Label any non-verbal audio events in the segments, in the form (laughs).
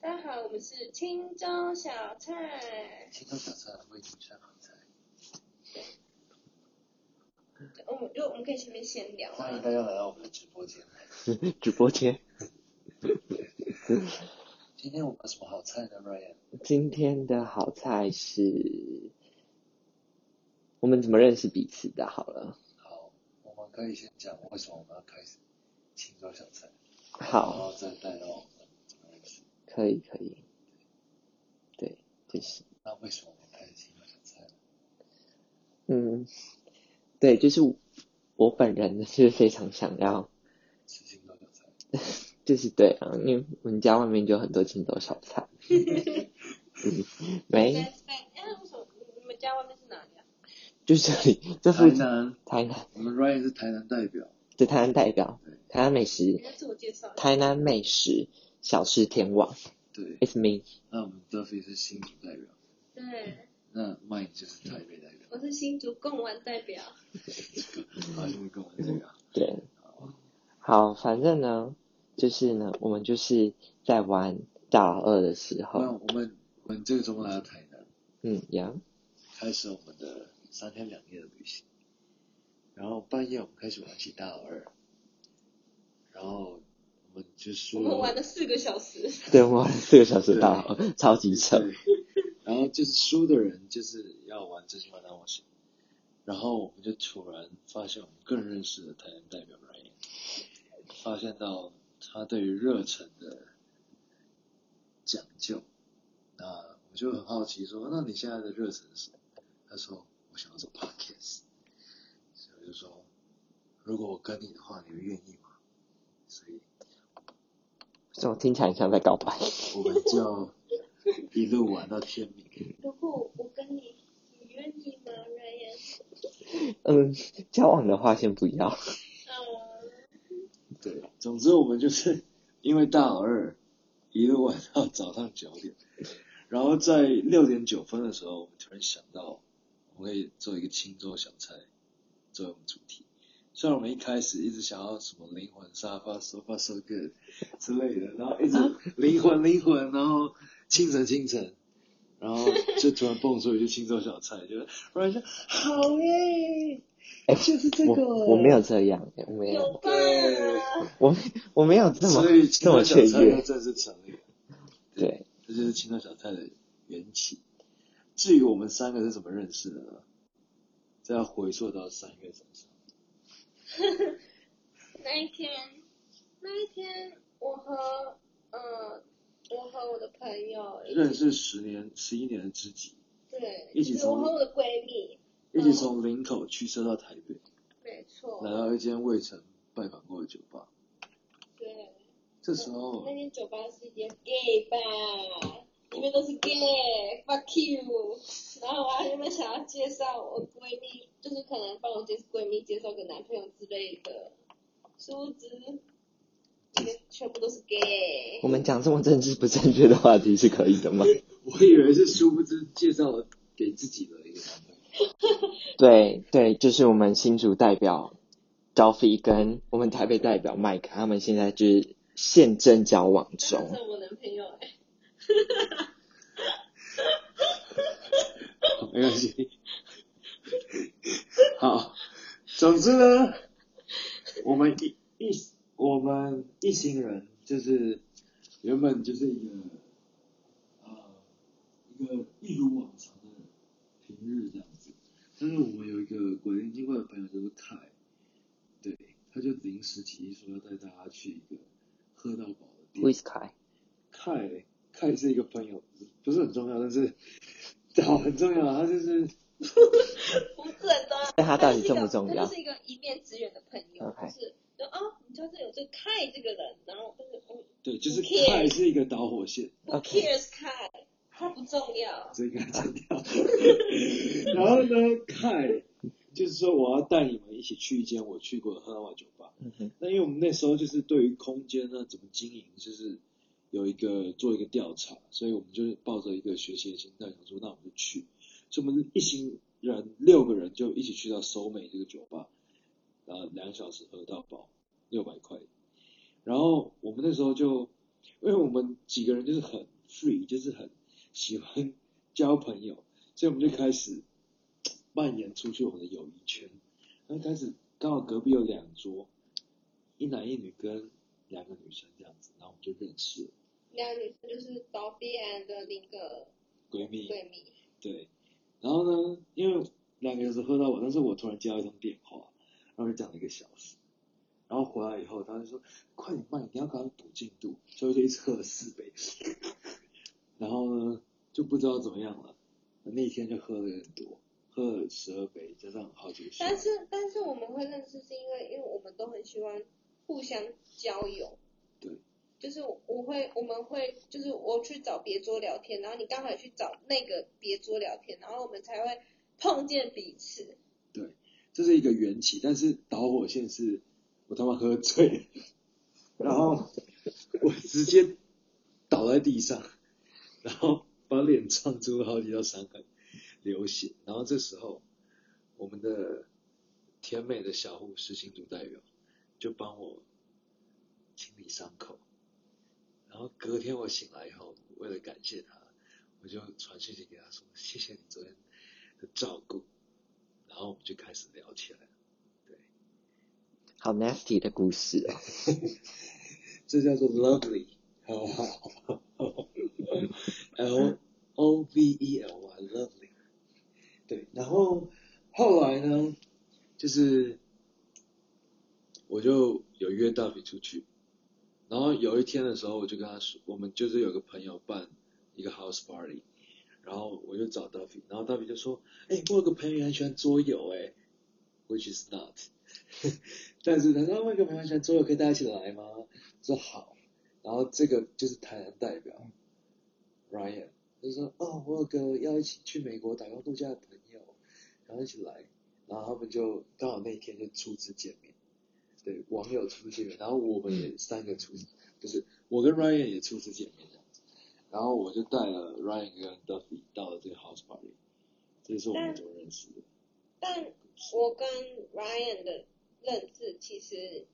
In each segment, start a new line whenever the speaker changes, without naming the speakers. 大家好，我们是青州小菜。
青州小菜为什么山好菜？
我们就我们可以前面闲聊
欢迎
啊。
大家来到我们的直播间。
直播间。
今天我们有什么好菜呢，Ryan？
今天的好菜是，我们怎么认识彼此的？好了，
好，我们可以先讲为什么我们要开始青州小菜，然
好，
后再带到我们怎么认识。
可以，可以，对，就是，
那为什么我们开始青州小菜呢？
嗯，对，就是我本人是非常想要，
吃青州小菜，
就是对啊，因为我们家外面就有很多青州小 (laughs) 菜，嗯，
在
没，
在哎，为什么你们家外面是哪里啊？
就是这里，这附
台
近，
南，
台南，
我们 Ryan 是台南代表，
对，台南代表
对，
台南美
你
食，
要自我介绍一下。
台南美食小吃天王
对。
，It's me。
那我们 Duffy 是新竹代表，
对，
那 Mike 就是台北代表，
我是新竹贡丸代表。
嗯
好像是跟我们代表。
对，好，反正呢，就是呢，我们就是在玩大二的时
那
候，
我们我们这个周末来到台南。
嗯，呀，
开始我们的三天两夜的旅行。然后半夜我们开始玩起大老二，然后我们就
我
输
们玩
了，
了四个小时，
对，我玩了四个小时大佬，
嗯
超级扯，
然后就是输的人就是要玩真心话大冒险。然后我们就突然发现，我们更认识了台南代表 Ryan，发现到他对于热忱的讲究。那我就很好奇说，那你现在的热忱是什么？他说我想要做 podcast，所以我就说，如果我跟你的话，你会愿意吗？所以
这种听起来很像在告白。 (laughs)
我们就一路玩到天明。
如果我跟你，你愿意吗，Ryan？
嗯，交往的话先不要，
嗯，
对，总之我们就是因为大老二一路玩到早上九点，然后在六点九分的时候，我们突然想到，我们可以做一个青州小菜作为我们主题。虽然我们一开始一直想要什么灵魂沙发 so far so good 之类的，然后一
啊
直灵魂灵魂，然后清晨清晨，然后就突然蹦出一句青州小菜，就突然就好耶，
哎
就是这
我
个，
我没有这样，欸我没
有
有，
吧？嗯
我我没有这么
所以青
这
州
么
小
雀
菜就
跃，
正式成立了。
对，
这就是青州小菜的缘起。至于我们三个是怎么认识的呢？这要回溯到三月身上。
那一天，那一天，我和呃，我和我的朋友一起
认识十年、十一年的知己，
对，
一起
就是我
从
和我的闺蜜，
一起从林口驱车到台北，
没错，
来到一间未曾拜访过的酒吧。
对，
这时候
那，间酒吧是一间 gay 吧，里面都是 gay，fuck you。然后我还原本想要介绍我闺蜜，就是可能帮我介闺蜜介绍个男朋友之类的，殊不知里面全部都是 gay
我。们讲这么政治不正确的话题是可以的吗？
我以为是殊不知介绍了给自己的一个男朋友，
对对，就是我们新竹代表招飞跟我们台北代表麦克，他们现在就是现正交往
但
中
是。我男朋友哎、
没关系。好，总之呢，我们一一我们一行人就是原本就是一个呃一个一如往常的平日这样子，但是我们有一个鬼灵精怪的朋友叫做凯，对，他就临时起意说要带大家去一个喝到饱的地方。
w i s k y
凯凯是一个朋友，不是很重要，但是 (laughs) 好很重要，他就是。
不是很重要。
那他到底重不重要
他就是一个一面之缘的朋友
OK
就是就哦，你知道这有这个凯这个人，然后就是我
对，就是
不 care
凯是一个导火线，
不
OK
cares 凯，他不重要。
这个剪掉。 (laughs) 然后呢，凯就是说我要带你们一起去一间我去过的喝到晚酒吧。
嗯哼，
那因为我们那时候就是对于空间呢怎么经营，就是有一个做一个调查，所以我们就是抱着一个学习的心态，想说那我们就去，所以我们一行人六个人就一起去到首美这个酒吧，呃然后两小时喝到饱，六百块。然后我们那时候就因为我们几个人就是很 free，就是很喜欢交朋友，所以我们就开始蔓延出去我们的友谊圈。然后开始刚好隔壁有两桌，一男一女跟两个女生这样子，然后我们就认识了
那女生就是找必然的那个
闺蜜。
闺蜜，
对，然后呢，因为两个有时喝到我，但是我突然接到一通电话，然后就讲了一个小时，然后回来以后，他就说快点慢，你要赶快补进度，所以就一直喝了四杯， (laughs) 然后呢就不知道怎么样了，那一天就喝的有点多，喝了十二杯，加上好几个小
但
时，
是但是我们会认识是因为因为我们都很喜欢互相交友，
对，
就是我我会我们会就是我去找别桌聊天，然后你刚好也去找那个别桌聊天，然后我们才会碰见彼此。
这是一个缘起，但是导火线是我他妈喝醉了，然后我直接倒在地上，然后把脸撞出好几道伤痕，流血。然后这时候，我们的甜美的小护士新竹代表就帮我清理伤口。然后隔天我醒来以后，为了感谢他，我就传讯息给他说：“谢谢你昨天的照顾。”然后我们就开始聊起来。
好 nasty 的故事哦。
这叫做 lovely，好不好？L O V E L Y，lovely。对，然后后来呢，就是我就有约大比出去，然后有一天的时候，我就跟他说，我们就是有个朋友办一个 house party，然后我就找大比，然后大比就说，哎、我有个朋友也很喜欢桌游、哎，which is not，但是他说我有个朋友喜欢桌游，可以大家一起来吗？我说好，然后这个就是台南代表 Ryan，就说哦，我有个要一起去美国打工度假的朋友，然后一起来，然后他们就刚好那一天就初次见面，对，网友初次见面，然后我们也三个初，就是我跟 Ryan 也初次见面这样子，然后我就带了 Ryan 跟 Duffy 到了这个 house party，这是我们怎么认识的，
但我跟 Ryan 的认识其实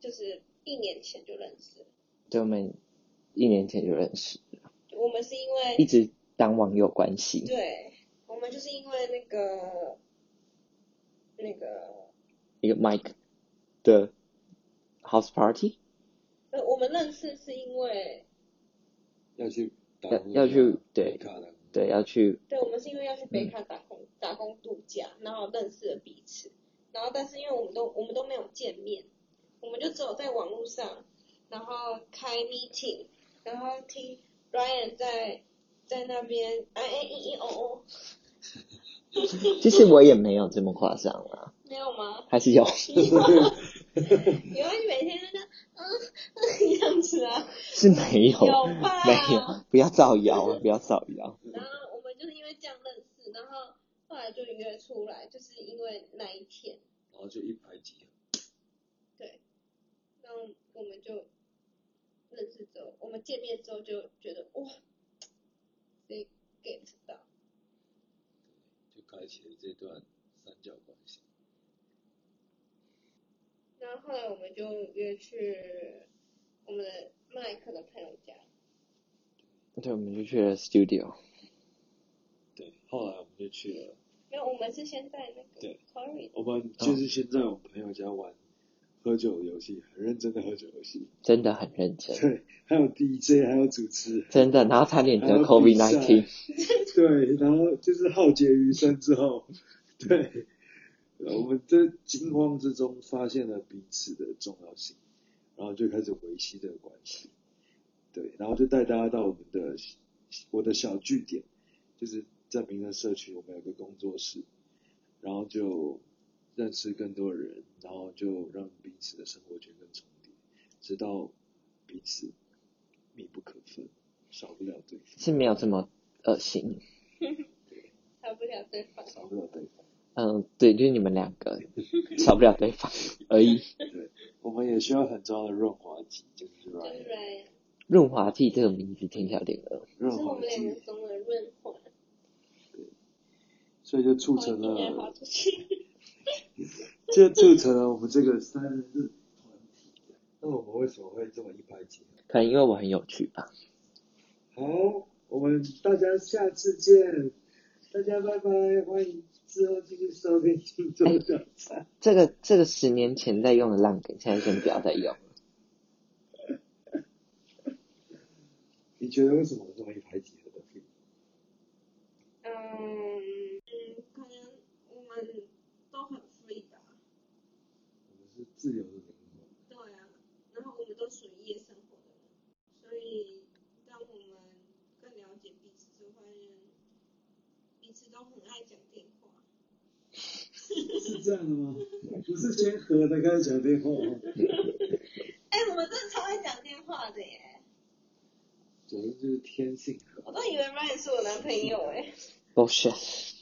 就是一年前就认识了，
对，我们一年前就认识，
我们是因为
一直当网友关系。
对，我们就是因为那个那个，
一个 Mike 的 house party
呃，我们认识是因为，
要去打
要
工度
要
假
去对
打工度假
对要去
对，我们是因为要去
嗯
北卡打工、打工度假，然后认识了彼此，然后但是因为我们都我们都没有见面，我们就只有在网络上，然后开 meeting，然后听 Ryan 在在那边哎哎咦咦哦哦，
其实我也没有这么夸张啦，
没有吗？
还是有。 (laughs)
(laughs)
因为每天都这样嗯 (laughs) 嗯这样子啊，
是没有，
有吧
哦没有，不要造谣，不要造谣。
然后我们就是因为这样认识，然后后来就约出来，就是因为那一天，
然后就一拍即合。
然后我们就认识之后，我们见面之后就觉得哇，谁 get 到？
就开启了这段三角关系。
然后后来我们就约去我们的麦克的朋友家，
对，我们就去了 studio，
对，后来我们就去了，
没有，我们是先在那个
对
Corey
我们
嗯
就是先在我们朋友家玩喝酒游戏，很认真的喝酒游戏。
真的很认真，
对，还有 DJ，还有主持人，
真的，然后差点
还
得
有
COVID
比
nineteen，
赛对，然后就是浩劫余生之后，对，我们在惊慌之中发现了彼此的重要性，然后就开始维系这个关系。对，然后就带大家到我们的我的小据点，就是在民乐社区，我们有个工作室，然后就认识更多人，然后就让彼此的生活圈更重叠，直到彼此密不可分，少不了对方，
是没有这么恶心。
少不了对方。
少不了对方。
嗯，对，就是你们两个少不了对方而已。
我们也需要很重要的润滑剂，就是
就是
Ryan
Ryan，
润滑剂这个名字听起来有点恶，
润
是我
滑
们两个
剂，
中的润滑，
所以就促
从
成
一人滑
了，
出去。
就促成了我们这个三人日团体。那我们为什么会这么一拍即合？
可能因为我很有趣吧。
好，我们大家下次见，大家拜拜，欢迎之后继续收听《荆州小菜》。
这个这个十年前在用的烂梗，现在先不要再用。
你觉得为什么这么一排挤的东西？
(laughs) 嗯嗯，可能我们都很 free 吧。
我们是自由的灵魂，
对啊，然后我们都属于夜生活的人，所以让我们更了解彼此，就发现彼此都很爱讲电话。
是这样的吗？不是先合的开始讲电话吗？
哎、我们真的超爱讲电话的耶！
主要就是天性合，
(laughs) 我都以为 Ryan 是我男朋友哎。
bullshit，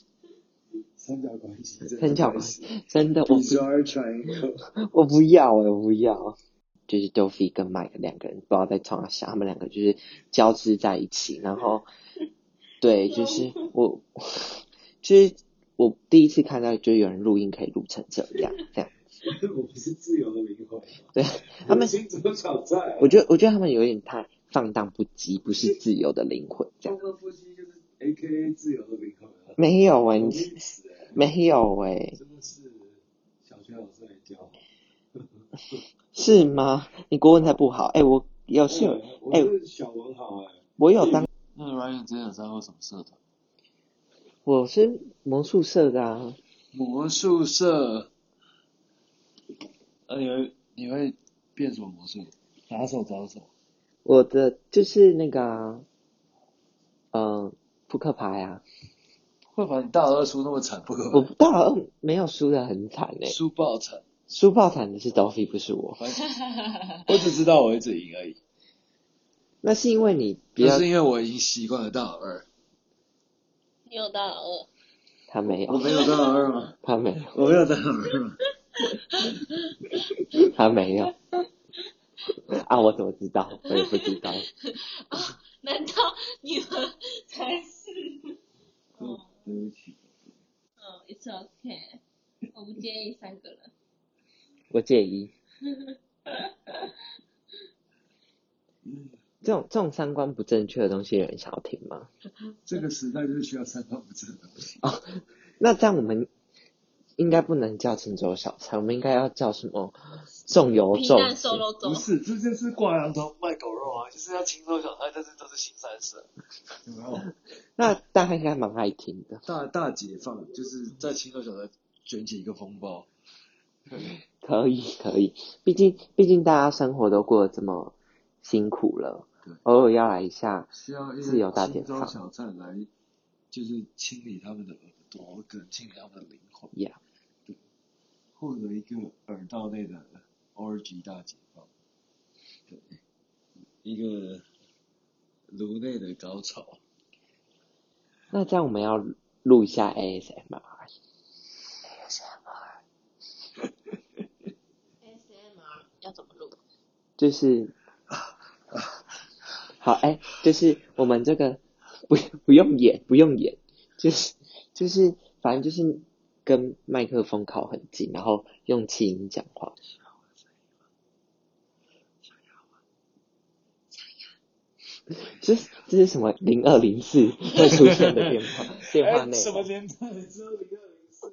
三角关系，
三角关系。真的我
Bizarre triangle，
我不要哎、我不要。就是 Doffy 跟 Mike 两个人不知道在冲啥笑，他们两个就是交织在一起，然后对，就是我，就是我第一次看到，就是有人录音可以录成这样，这样。
(laughs) 我们是自由的灵 (laughs) 魂。
对他们
荆州小菜，
我觉得，我觉得他们有点太放荡不羁，不是自由的灵魂这
放
样。
荡不羁就是 A K A 自由的灵魂啊。
没有哎、
好
你
意思哎，
没有哎、
真的是小学老师来教。
是吗？你国文才不好哎、我有是有，
哎我是小文豪哎。
我有当，
那 Ryan 之前有参加过什么社团？
我是魔术社的啊。
魔术社。呃，你会你会变什么魔术？打手找手。
我的就是那个啊，嗯，扑克牌啊，
会把你大二输那么惨，不可
我
能，
大二没有输的很惨诶、
输爆惨。
输爆惨的是 Dolphy，不是我。
反正我只知道我一直赢而已，
那是因为你比
就
较
是因为我已经习惯了大老二。
你有大二？
他没
我
有，
没有大老二吗？
他没有，
我没有大老二吗？
他没有。啊，我怎么知道？我也不知道。
难道你们才是？哦，
对不起，
嗯，It's okay，我不介意三个人。
我介意。这种这种三观不正确的东西，有人想要听吗？
这个时代就是需要三观不正的东西。
那这样我们应该不能叫荆州小菜，我们应该要叫什么重油
皮
重
蛋瘦
子
肉粥
不，是，这就是挂羊头卖狗肉啊，就是要轻松小菜，但是都是新三色。有没有？
那大家应该蛮爱听的，
大大解放，就是在青州小菜卷起一个风暴。
可以 (laughs) 可以，毕竟毕竟大家生活都过得这么辛苦了
对，
偶尔要来一下，
需要一
自由大解
青州
放
小菜来，就是清理他们的耳朵，跟清理他们的灵魂，
呀、
获得一个耳道内的呃 orgy 大解放，对，一个颅内的高潮。
那这样我们要录一下 ASMR，
ASMR 要怎么录？
就是，好哎、就是我们这个不不用演不用演，就是就是反正就是跟麦克风靠很近，然后用气音讲话，这是这是什么零二零四会出现的电话电话内
哎什么
容？
年代？只有零二零四，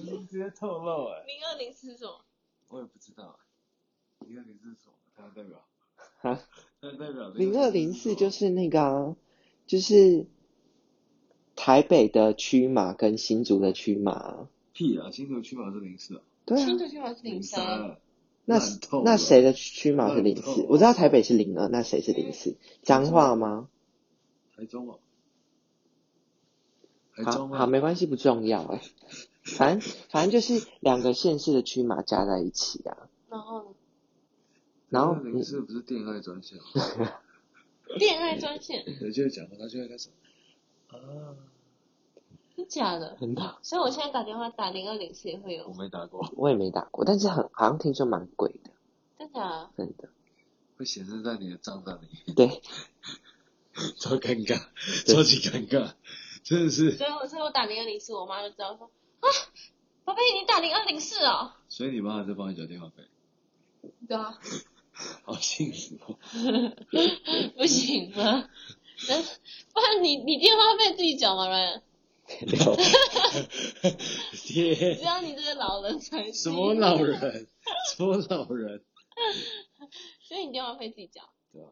你们直接透露哎、
零二零是什么？
我也不知道、零二零四是什么？它的代表？
啊
它的代表？
零二零四就是那个、啊，就是台北的区码跟新竹的区码啊，
屁啊！新竹区码是零四啊，
对啊
新，的区码是零
三
三，
啊，
那
烂透
那
了
谁的区码是
烂
零
透
四
了？
我知道台北是零二，那谁是零四？彰化吗？
台中啊，
哎
台
好
中
好，
啊，
没关系，不重要哎、反正反正就是两个县市的区码加在一起啊，
然后
然后
零
你
四不是恋爱专
(laughs)
线吗？
恋爱专线，
对，就是讲到他就会开始啊，
真假的？
真的
所以我现在打电话打零二零四也会
我
有，
没打过，
我也没打过，但是很好像听说蛮贵的，
真假
啊
的？
真的。
会显示在你的账单里面，
(laughs)
对，
超尴尬，
对
超级尴尬，真的是。
所以我所以我打零二零四，我妈就知道说啊，宝贝你打零二零四哦。
所以你妈还在帮你缴电话费？
对啊，
好幸福哦。
不行吗？那 (laughs) 不然你你电话费自己缴嘛，软。
天
只，要你这个老人才
什么老？人？什么老人？
所以你电话费自己缴。
对啊。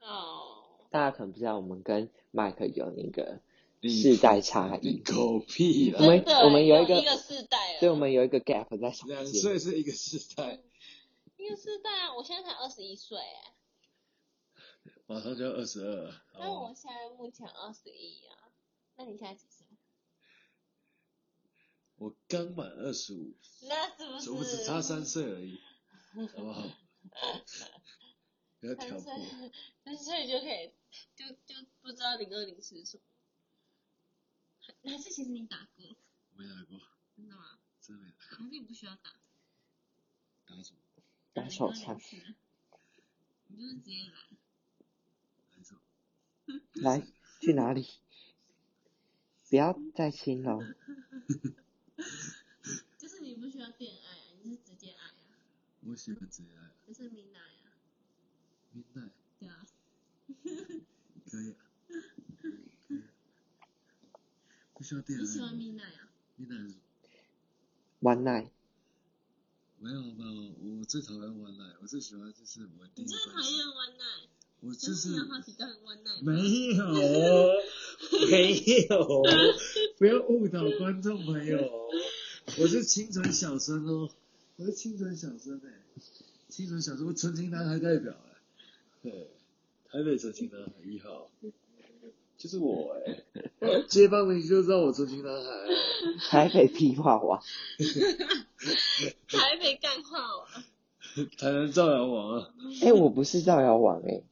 哦，
大家可能不知道，我们跟麦克有那个
你
世代差
你
异，
狗屁
我
啦！
们
真的
我们有一
一
个
个世代了，
所以我们有一个 gap 在上
两
面。
岁是一个时代，
一个世代啊，我现在才二十一岁哎，
马上就要二十二了。
那我
哦，
现在目前二十一啊，那你现在几岁？
我刚满二十五，
那是不
只
是？
我只差三岁而已，好
(laughs)
不好？不要挑
三
拨
岁。， (laughs) 三岁就可以，就就不知道零二零是什么。还是其实你打过，
没打过，
真的吗？
真没打
还是你不需要打？
打什么？
打手枪，
0204，你就是直接来。
来什么？
来去哪里？不要再亲了，
就是你不需要恋爱啊，你是直接爱啊，
我喜欢直接来，
就是明奶啊，
明奈
对啊，
可以啊，可以啊不需要电
你喜
啊
欢。明奶啊？
明奈是什么？
玩奶
没有没有，我最讨厌玩奶，我最喜欢就是稳
你
定的
就是讨
关系。
厌玩奶，
我
就
就是是
你的话题都很玩奶吗。
没有，没有，不要误导观众朋友哦，我是清纯小生哦，我是清纯小生哎、清纯小生，我纯情男孩代表哎、对，台北纯情男孩一号，就是我哎、街坊邻居就知道我纯情男孩、哦，
台北屁话王，
台北干话哦，
台南造谣王啊，
哎、我不是造谣王哎、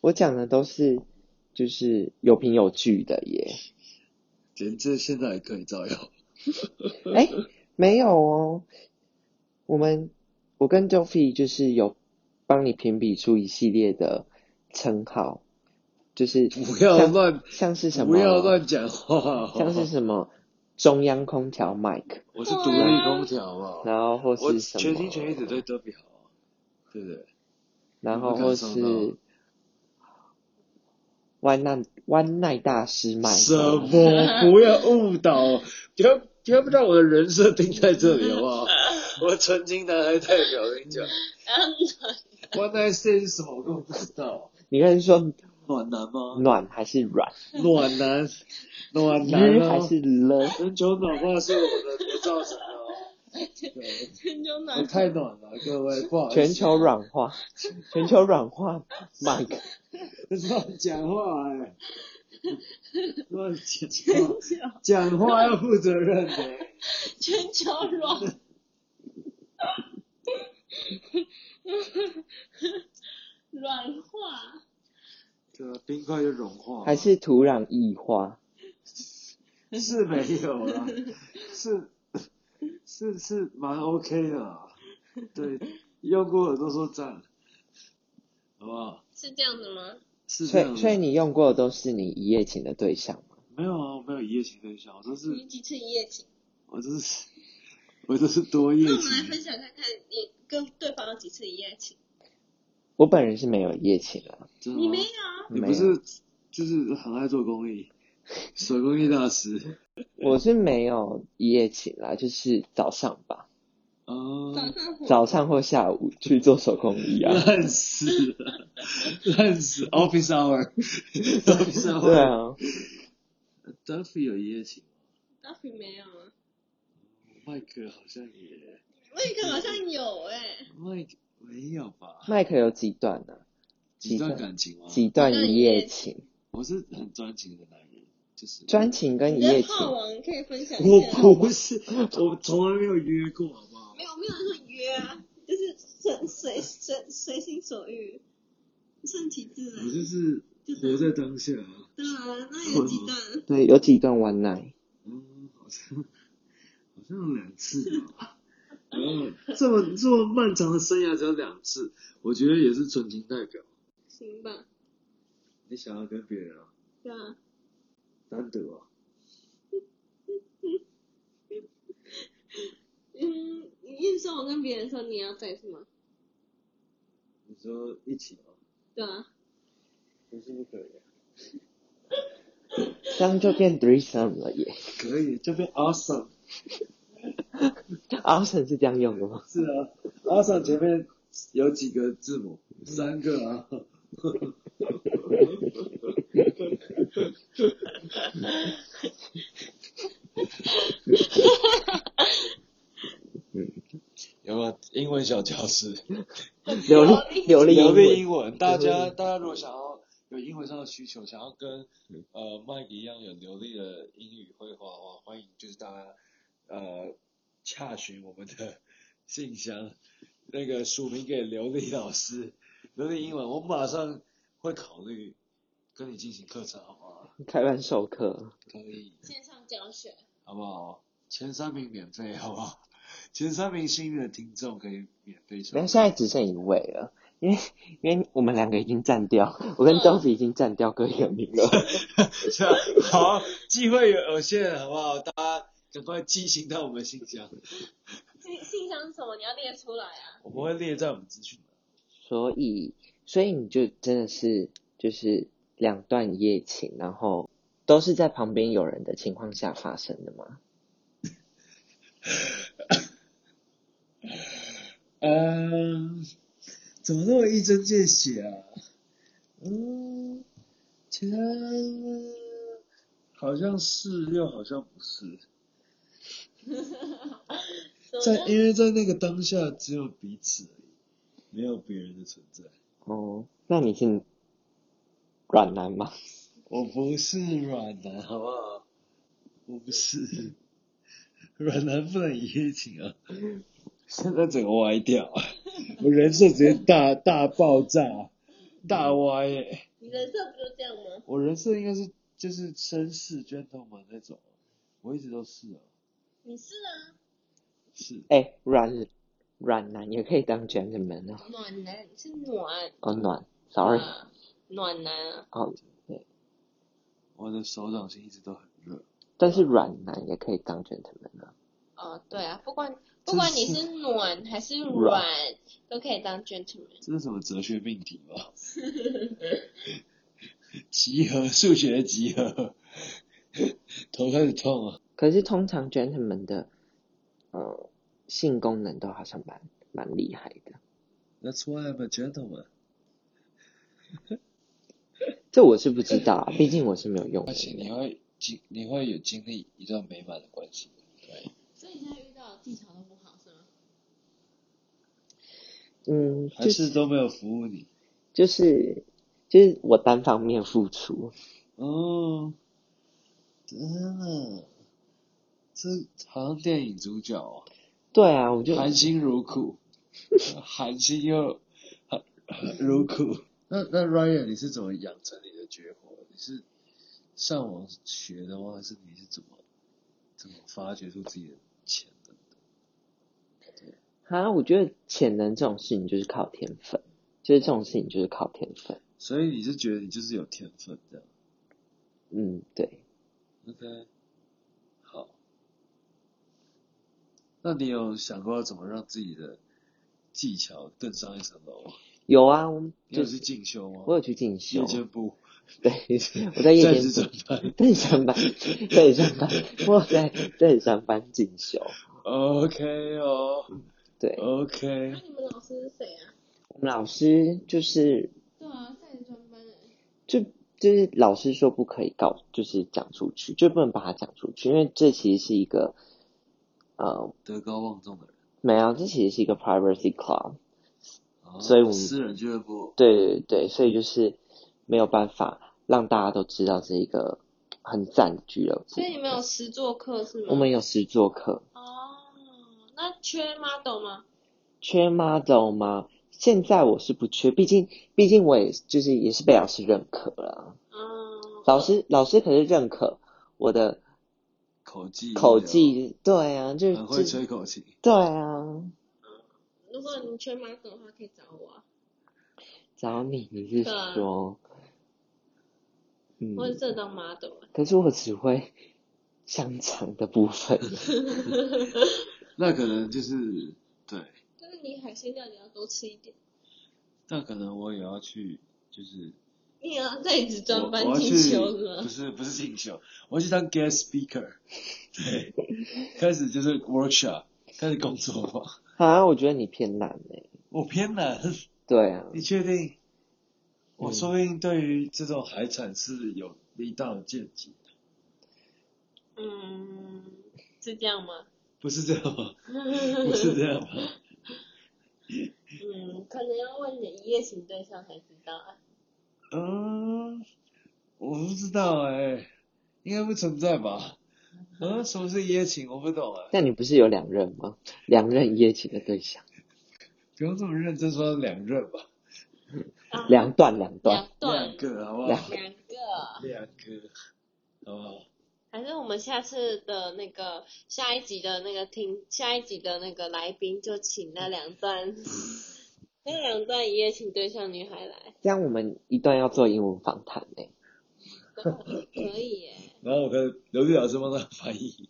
我讲的都是就是有凭有据的耶。
简直现在还可以造谣，
哎、没有哦，我们我跟 Joffy 就是有帮你评比出一系列的称号，就是
不要
像
乱，
像是什么，啊
不要乱讲话哦，
像是什么中央空调 Mike，
我是独立空调嘛。
然后或
我
是什么，
全心全意只对德比好啊，对不对？
然后
有没有
或
感受
是湾奈湾奈大师 Mike，
什么？不要误导，不要不要让我的人设定在这里好不好？我纯情男孩代表，我跟你讲，One Night Stand 是什么？我根本不知道。
你刚才说
暖男吗？
暖还是软，
暖男，暖
日
男啊、
还是了？
全球暖化是我的我造成的哦。对
全球
我
暖
哦太暖了，各位，不好意思。
全球软化， (laughs) 全球软化 Mike。
乱讲话哎、乱
全
讲话。
球
讲话要负责任的。
全球软， (laughs) 软化，
对啊，冰块就融化了
还是土壤异化，
是没有啦，是是是蛮 OK 的啦。对，用过的都说赞，好不好？
是这样子吗？
是这
所
样
以
的
所以你用过的都是你一夜情的对象吗？
没有啊？我没有一夜情对象，我都
你
是
几次一夜情？
我都是我都是多夜
那我们来分
情。
享看看你跟对方有几次一夜情？
我本人是没有一夜情的，
真的吗
你没有？
你
没
不
有，
是就是很爱做公益，手工艺大师
我是没有一夜情啦，就是早上吧，
啊，
早上火，
早上或下午去做手工艺 (laughs)
(laughs)
啊，
烂死了，烂死，office
(laughs)
hour，office hour，
对啊，
Duffy 有一夜情，
到底没有啊？
麦克好像也，
那个好像有哎、
麦克没有吧？
麦克有几段呢、
几段感情吗？
几段一夜情？
我是很专情的男人，就是
专。情跟一
你在
夜
泡
情，
网可以分享一下。
我不是，我从来没有约过，好不好
没？有没有说约啊，就是随随随随心所欲，顺其自
我
然。
就是活在当下啊。
对啊，那有几段？
(laughs) 对，有几段玩奶，
嗯，好像好像有两次吧。嗯，这么这么漫长的生涯只有两次，我觉得也是纯情代表。
行吧，
你想要跟别人啊，
对啊，
单独啊，
嗯，你意思说我跟别人说你要在是吗？
你说一起吗？
对啊，
不是不可以啊。
这样就变 threesome 了耶。
可以，就变 awesome。
awesome 是这样用的吗？
是啊，
awesome 前面有几个字母？三个 (laughs) 啊。嗯有啊，英文小教室，
流利流利
流
英
利
文，
英文，大家大家如果想要有英文上的需求，想要跟呃麦迪一样有流利的英语绘画的话，欢迎就是大家呃洽询我们的信箱，那个署名给流利老师，流利英文，我马上会考虑跟你进行课程，好不好？
开班授课，
可以，
线上教学，
好不好？前三名免费，好不好？前三名幸运的听众可以免费上
没有，现在只剩一位了。因为因为我们两个已经占掉，我跟
嗯
Duffy 已经占掉各一个名 (laughs) 额，
是啊，好，机会有有限，好不好？大家赶快寄信到我们信箱，
信信箱是什么你要列出来啊。
我们会列在我们资讯栏。
所以所以你就真的是就是两段一夜情，然后都是在旁边有人的情况下发生的吗？
嗯，怎么那么一针见血啊？嗯，前好像是又好像不是，
怎么
在
了
因为在那个当下只有彼此而已，没有别人的存在。
哦，那你是软男吗？
我不是软男，好不好？我不是软男，不能一夜情啊！现在整个歪掉，我人设直接大大爆炸，大歪耶、
你人设不就这样吗？
我人设应该是就是绅士 gentleman 那种，我一直都是啊，
你是啊，
是
哎、软软男也可以当 gentleman 哦，
暖男是暖
哦暖，sorry，
啊暖男啊，
哦，
我的手掌心一直都很热。
但是软男也可以当 gentleman 啊，
哦对啊，不管不管你是暖还是
软
软，都可以当 gentleman。
这是什么哲学命题 (laughs) 吗？集合数学集合，头开始痛啊！
可是通常 gentleman 的呃性功能都好像蛮蛮厉害的，
That's why I'm a gentleman。
这我是不知道啊，毕竟我是没有用
嗯而且你
的。
会经你会有经历一段美满的关系，对，
所以你现在遇到的技巧都不好是吗？
嗯，
还
就是
都没有服务你。
就是就是我单方面付出，
哦，真的，这好像电影主角哦，
对啊，我就
含辛茹苦， (laughs) 含辛又含茹苦。那那 Ryan，你是怎么养成你的绝活？你是上网学的吗？还是你是怎么怎么发掘出自己的潜能的？
啊，我觉得潜能这种事情就是靠天分，就是这种事情就是靠天分，
所以你是觉得你就是有天分这样？
嗯，对。
OK，好。那你有想过要怎么让自己的技巧更上一层楼吗？
有啊，我
你
就
有
是
去进修吗？
我有去进修
夜，间部，
对，我在夜
在
间
职专班。
在上班，在上班，我在在上班进修。
OK 哦
对，
，OK
那、。你们老师是谁啊？
我们老师就是
对啊，在专班欸
就就是老师说不可以告，就是讲出去，就不能把它讲出去，因为这其实是一个呃，
德高望重的人，
没有，这其实是一个 privacy club。
哦
所以我们
私人俱乐部
对对对，所以就是没有办法让大家都知道这一个很赞的俱乐部
所。以你们有实作课是吗？
我们有实作课，
哦，那缺 model 吗？
缺 model 吗？现在我是不缺，毕竟毕竟我也就是也是被老师认可了。
嗯，
老师老师可是认可我的
口技
口，技，对啊，就
很会
是
吹口琴。
对啊，
如果你缺 model 的话，可以找我、啊，
找你你是
对啊
说，嗯，
我很适合当 model 啊、
可是我只会香肠的部分， (laughs)
那可能就是对，
但是你海鲜料你要多吃一点。
但可能我也要去，就是
你也要在职
我
专班
我要去
进修是
不
吗？
是不是进修，我要去当 guest speaker，对，开始就是 workshop，开始工作吧。
啊，我觉得你偏难哎、
我偏难，
对啊，
你确定？我
嗯
说不定对于这种海产是有一道见解，
嗯，是这样吗？
不是这样吗？不是这样 (laughs) 吗？
嗯，可能要问你的一夜情对象才知道啊。
嗯，我不知道哎、应该不存在吧？嗯，什么是一夜情？我不懂哎、
但你不是有两任吗？两任一夜情的对象，
不用这么认真说两任吧，
啊
两段两段
两，段
两，个好不
两
好？
两个，
两个，好不好？
还是我们下次的那个下一集的那个听下一集的那个来宾就请那两段
(laughs)
那两段一夜情对象女孩来，
这样我们一段要做英文访谈哎、
可以耶。
(laughs)
然后我跟刘丽老师帮他翻译，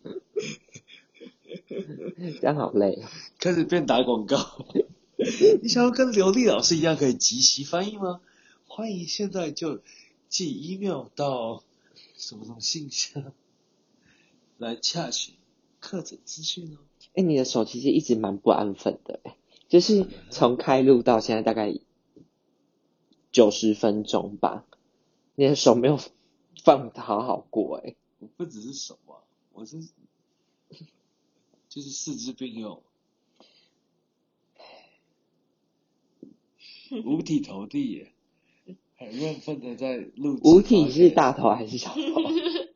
这样好累哦。
开始变打广告。 (laughs) 你想要跟刘丽老师一样可以即席翻译吗？欢迎现在就寄 email 到什么什么信箱来洽询课程资讯哦。
哎、你的手其实一直蛮不安分的、欸，就是从开录到现在大概九十分钟吧，你的手没有放得好好过、欸，
我不只是手啊，我是就是四肢并用，五体投地耶，很认份的在录制。
五体是，大头还是小头？ (laughs)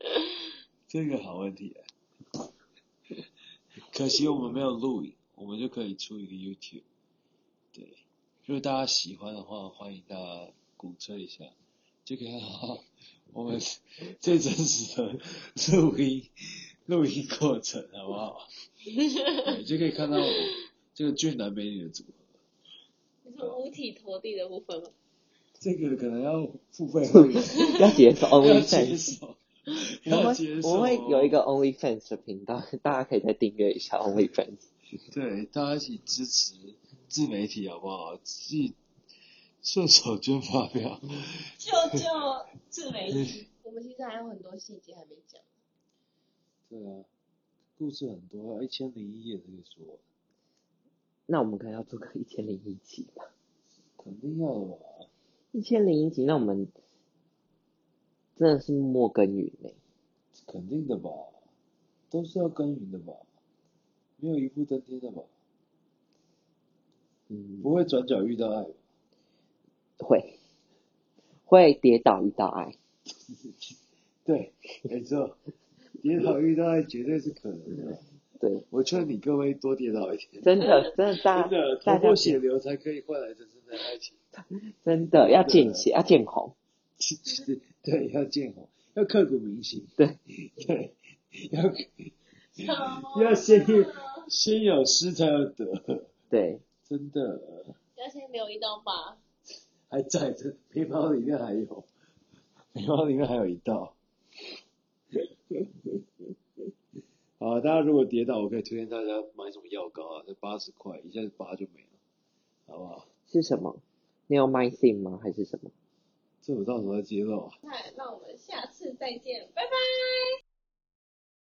这个好问题耶。可惜我们没有录影，我们就可以出一个 YouTube。对，如果大家喜欢的话，欢迎大家鼓吹一下，就可以看到我们最真实的录音录音过程，好不好？对，就可以看到我这个俊男美女的组合。
你说五体投地的部分吗？
这个可能 (laughs) 要付费会员，
要解锁
要接
OnlyFans，
受，
我
要
们
接受。
我们会有一个 OnlyFans 的频道，大家可以再订阅一下 OnlyFans。
对，大家一起支持自媒体好不好？既顺手捐发票，
就就自媒
(laughs)
体，我们其实还有很多细节还没讲。
对啊，故事很多，啊一千零一夜这个说，
那我们可能要做个一千零一集吧，
肯定要的吧？
一千零一集，那我们真的是莫耕耘呢、
肯定的吧？都是要耕耘的吧？没有一步登天的吧？
嗯，
不会转角遇到爱吧？
会会跌倒遇到爱，
对，没错，跌倒遇到爱绝对是可能的。
对，
我劝你各位多跌倒一点，
真的真的大
真的，
大
头
家
破血流才可以换来真正的
(laughs)
爱情。
真的要见血要见红，
对，要见红，要刻骨铭心。
对
对，要要先有先有失才有得，
对，
(laughs) 真的
要先留一刀疤，
还在这皮包里面还有，皮包里面还有一道。 (laughs) 好，大家如果跌倒，我可以推荐大家买什么药膏啊？那八十块，一下子拔就没了，好不好？
是什么？你有 my thing 吗？还是什么？
这我到时候再揭露啊。
那我们下次再见，拜拜。